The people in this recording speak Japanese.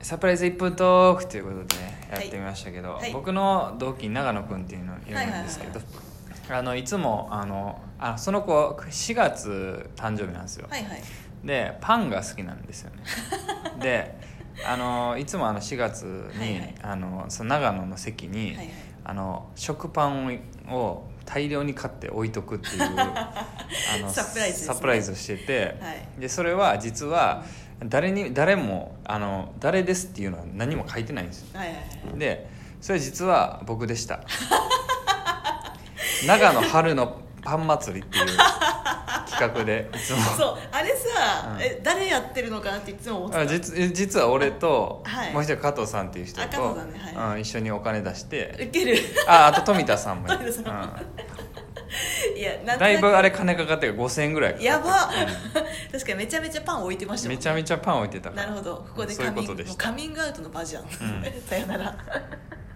サプライズ1分トークということでやはいってみましたけど、はい僕の同期に長野くんっていうのいるんですけど、はいあのいつもあのあその子4月誕生日なんですよ、はいはいでパンが好きなんですよね であのいつもあの4月に、はいはいあのその長野の席に、はいはいあの食パンをを大量に買って置いとくって いうあサプライズですサねプライズをしてて、はいでそれは実は誰に誰もあの誰ですっていうのは何も書いてないんですよはいはいはいでそれ実は僕でした 長野春のパン祭りっていう企画でいつもそうあれさ、うんえ誰やってるのかなっていつも思ってあた実実は俺と、はいもう一人加藤さんっていう人あと、加藤さんねはうん、一緒にお金出しウてケる ああと富田さんもいる富田さんもういやなんんとなだいくぶあれ金かかってる5000円ぐらいかかってるやば確かにめちゃめちゃパン置いてましたもんめちゃめちゃパン置いてたからなるほどここでそういうカこミンとでもしうたカミングアウトの場じゃん、ん さよなら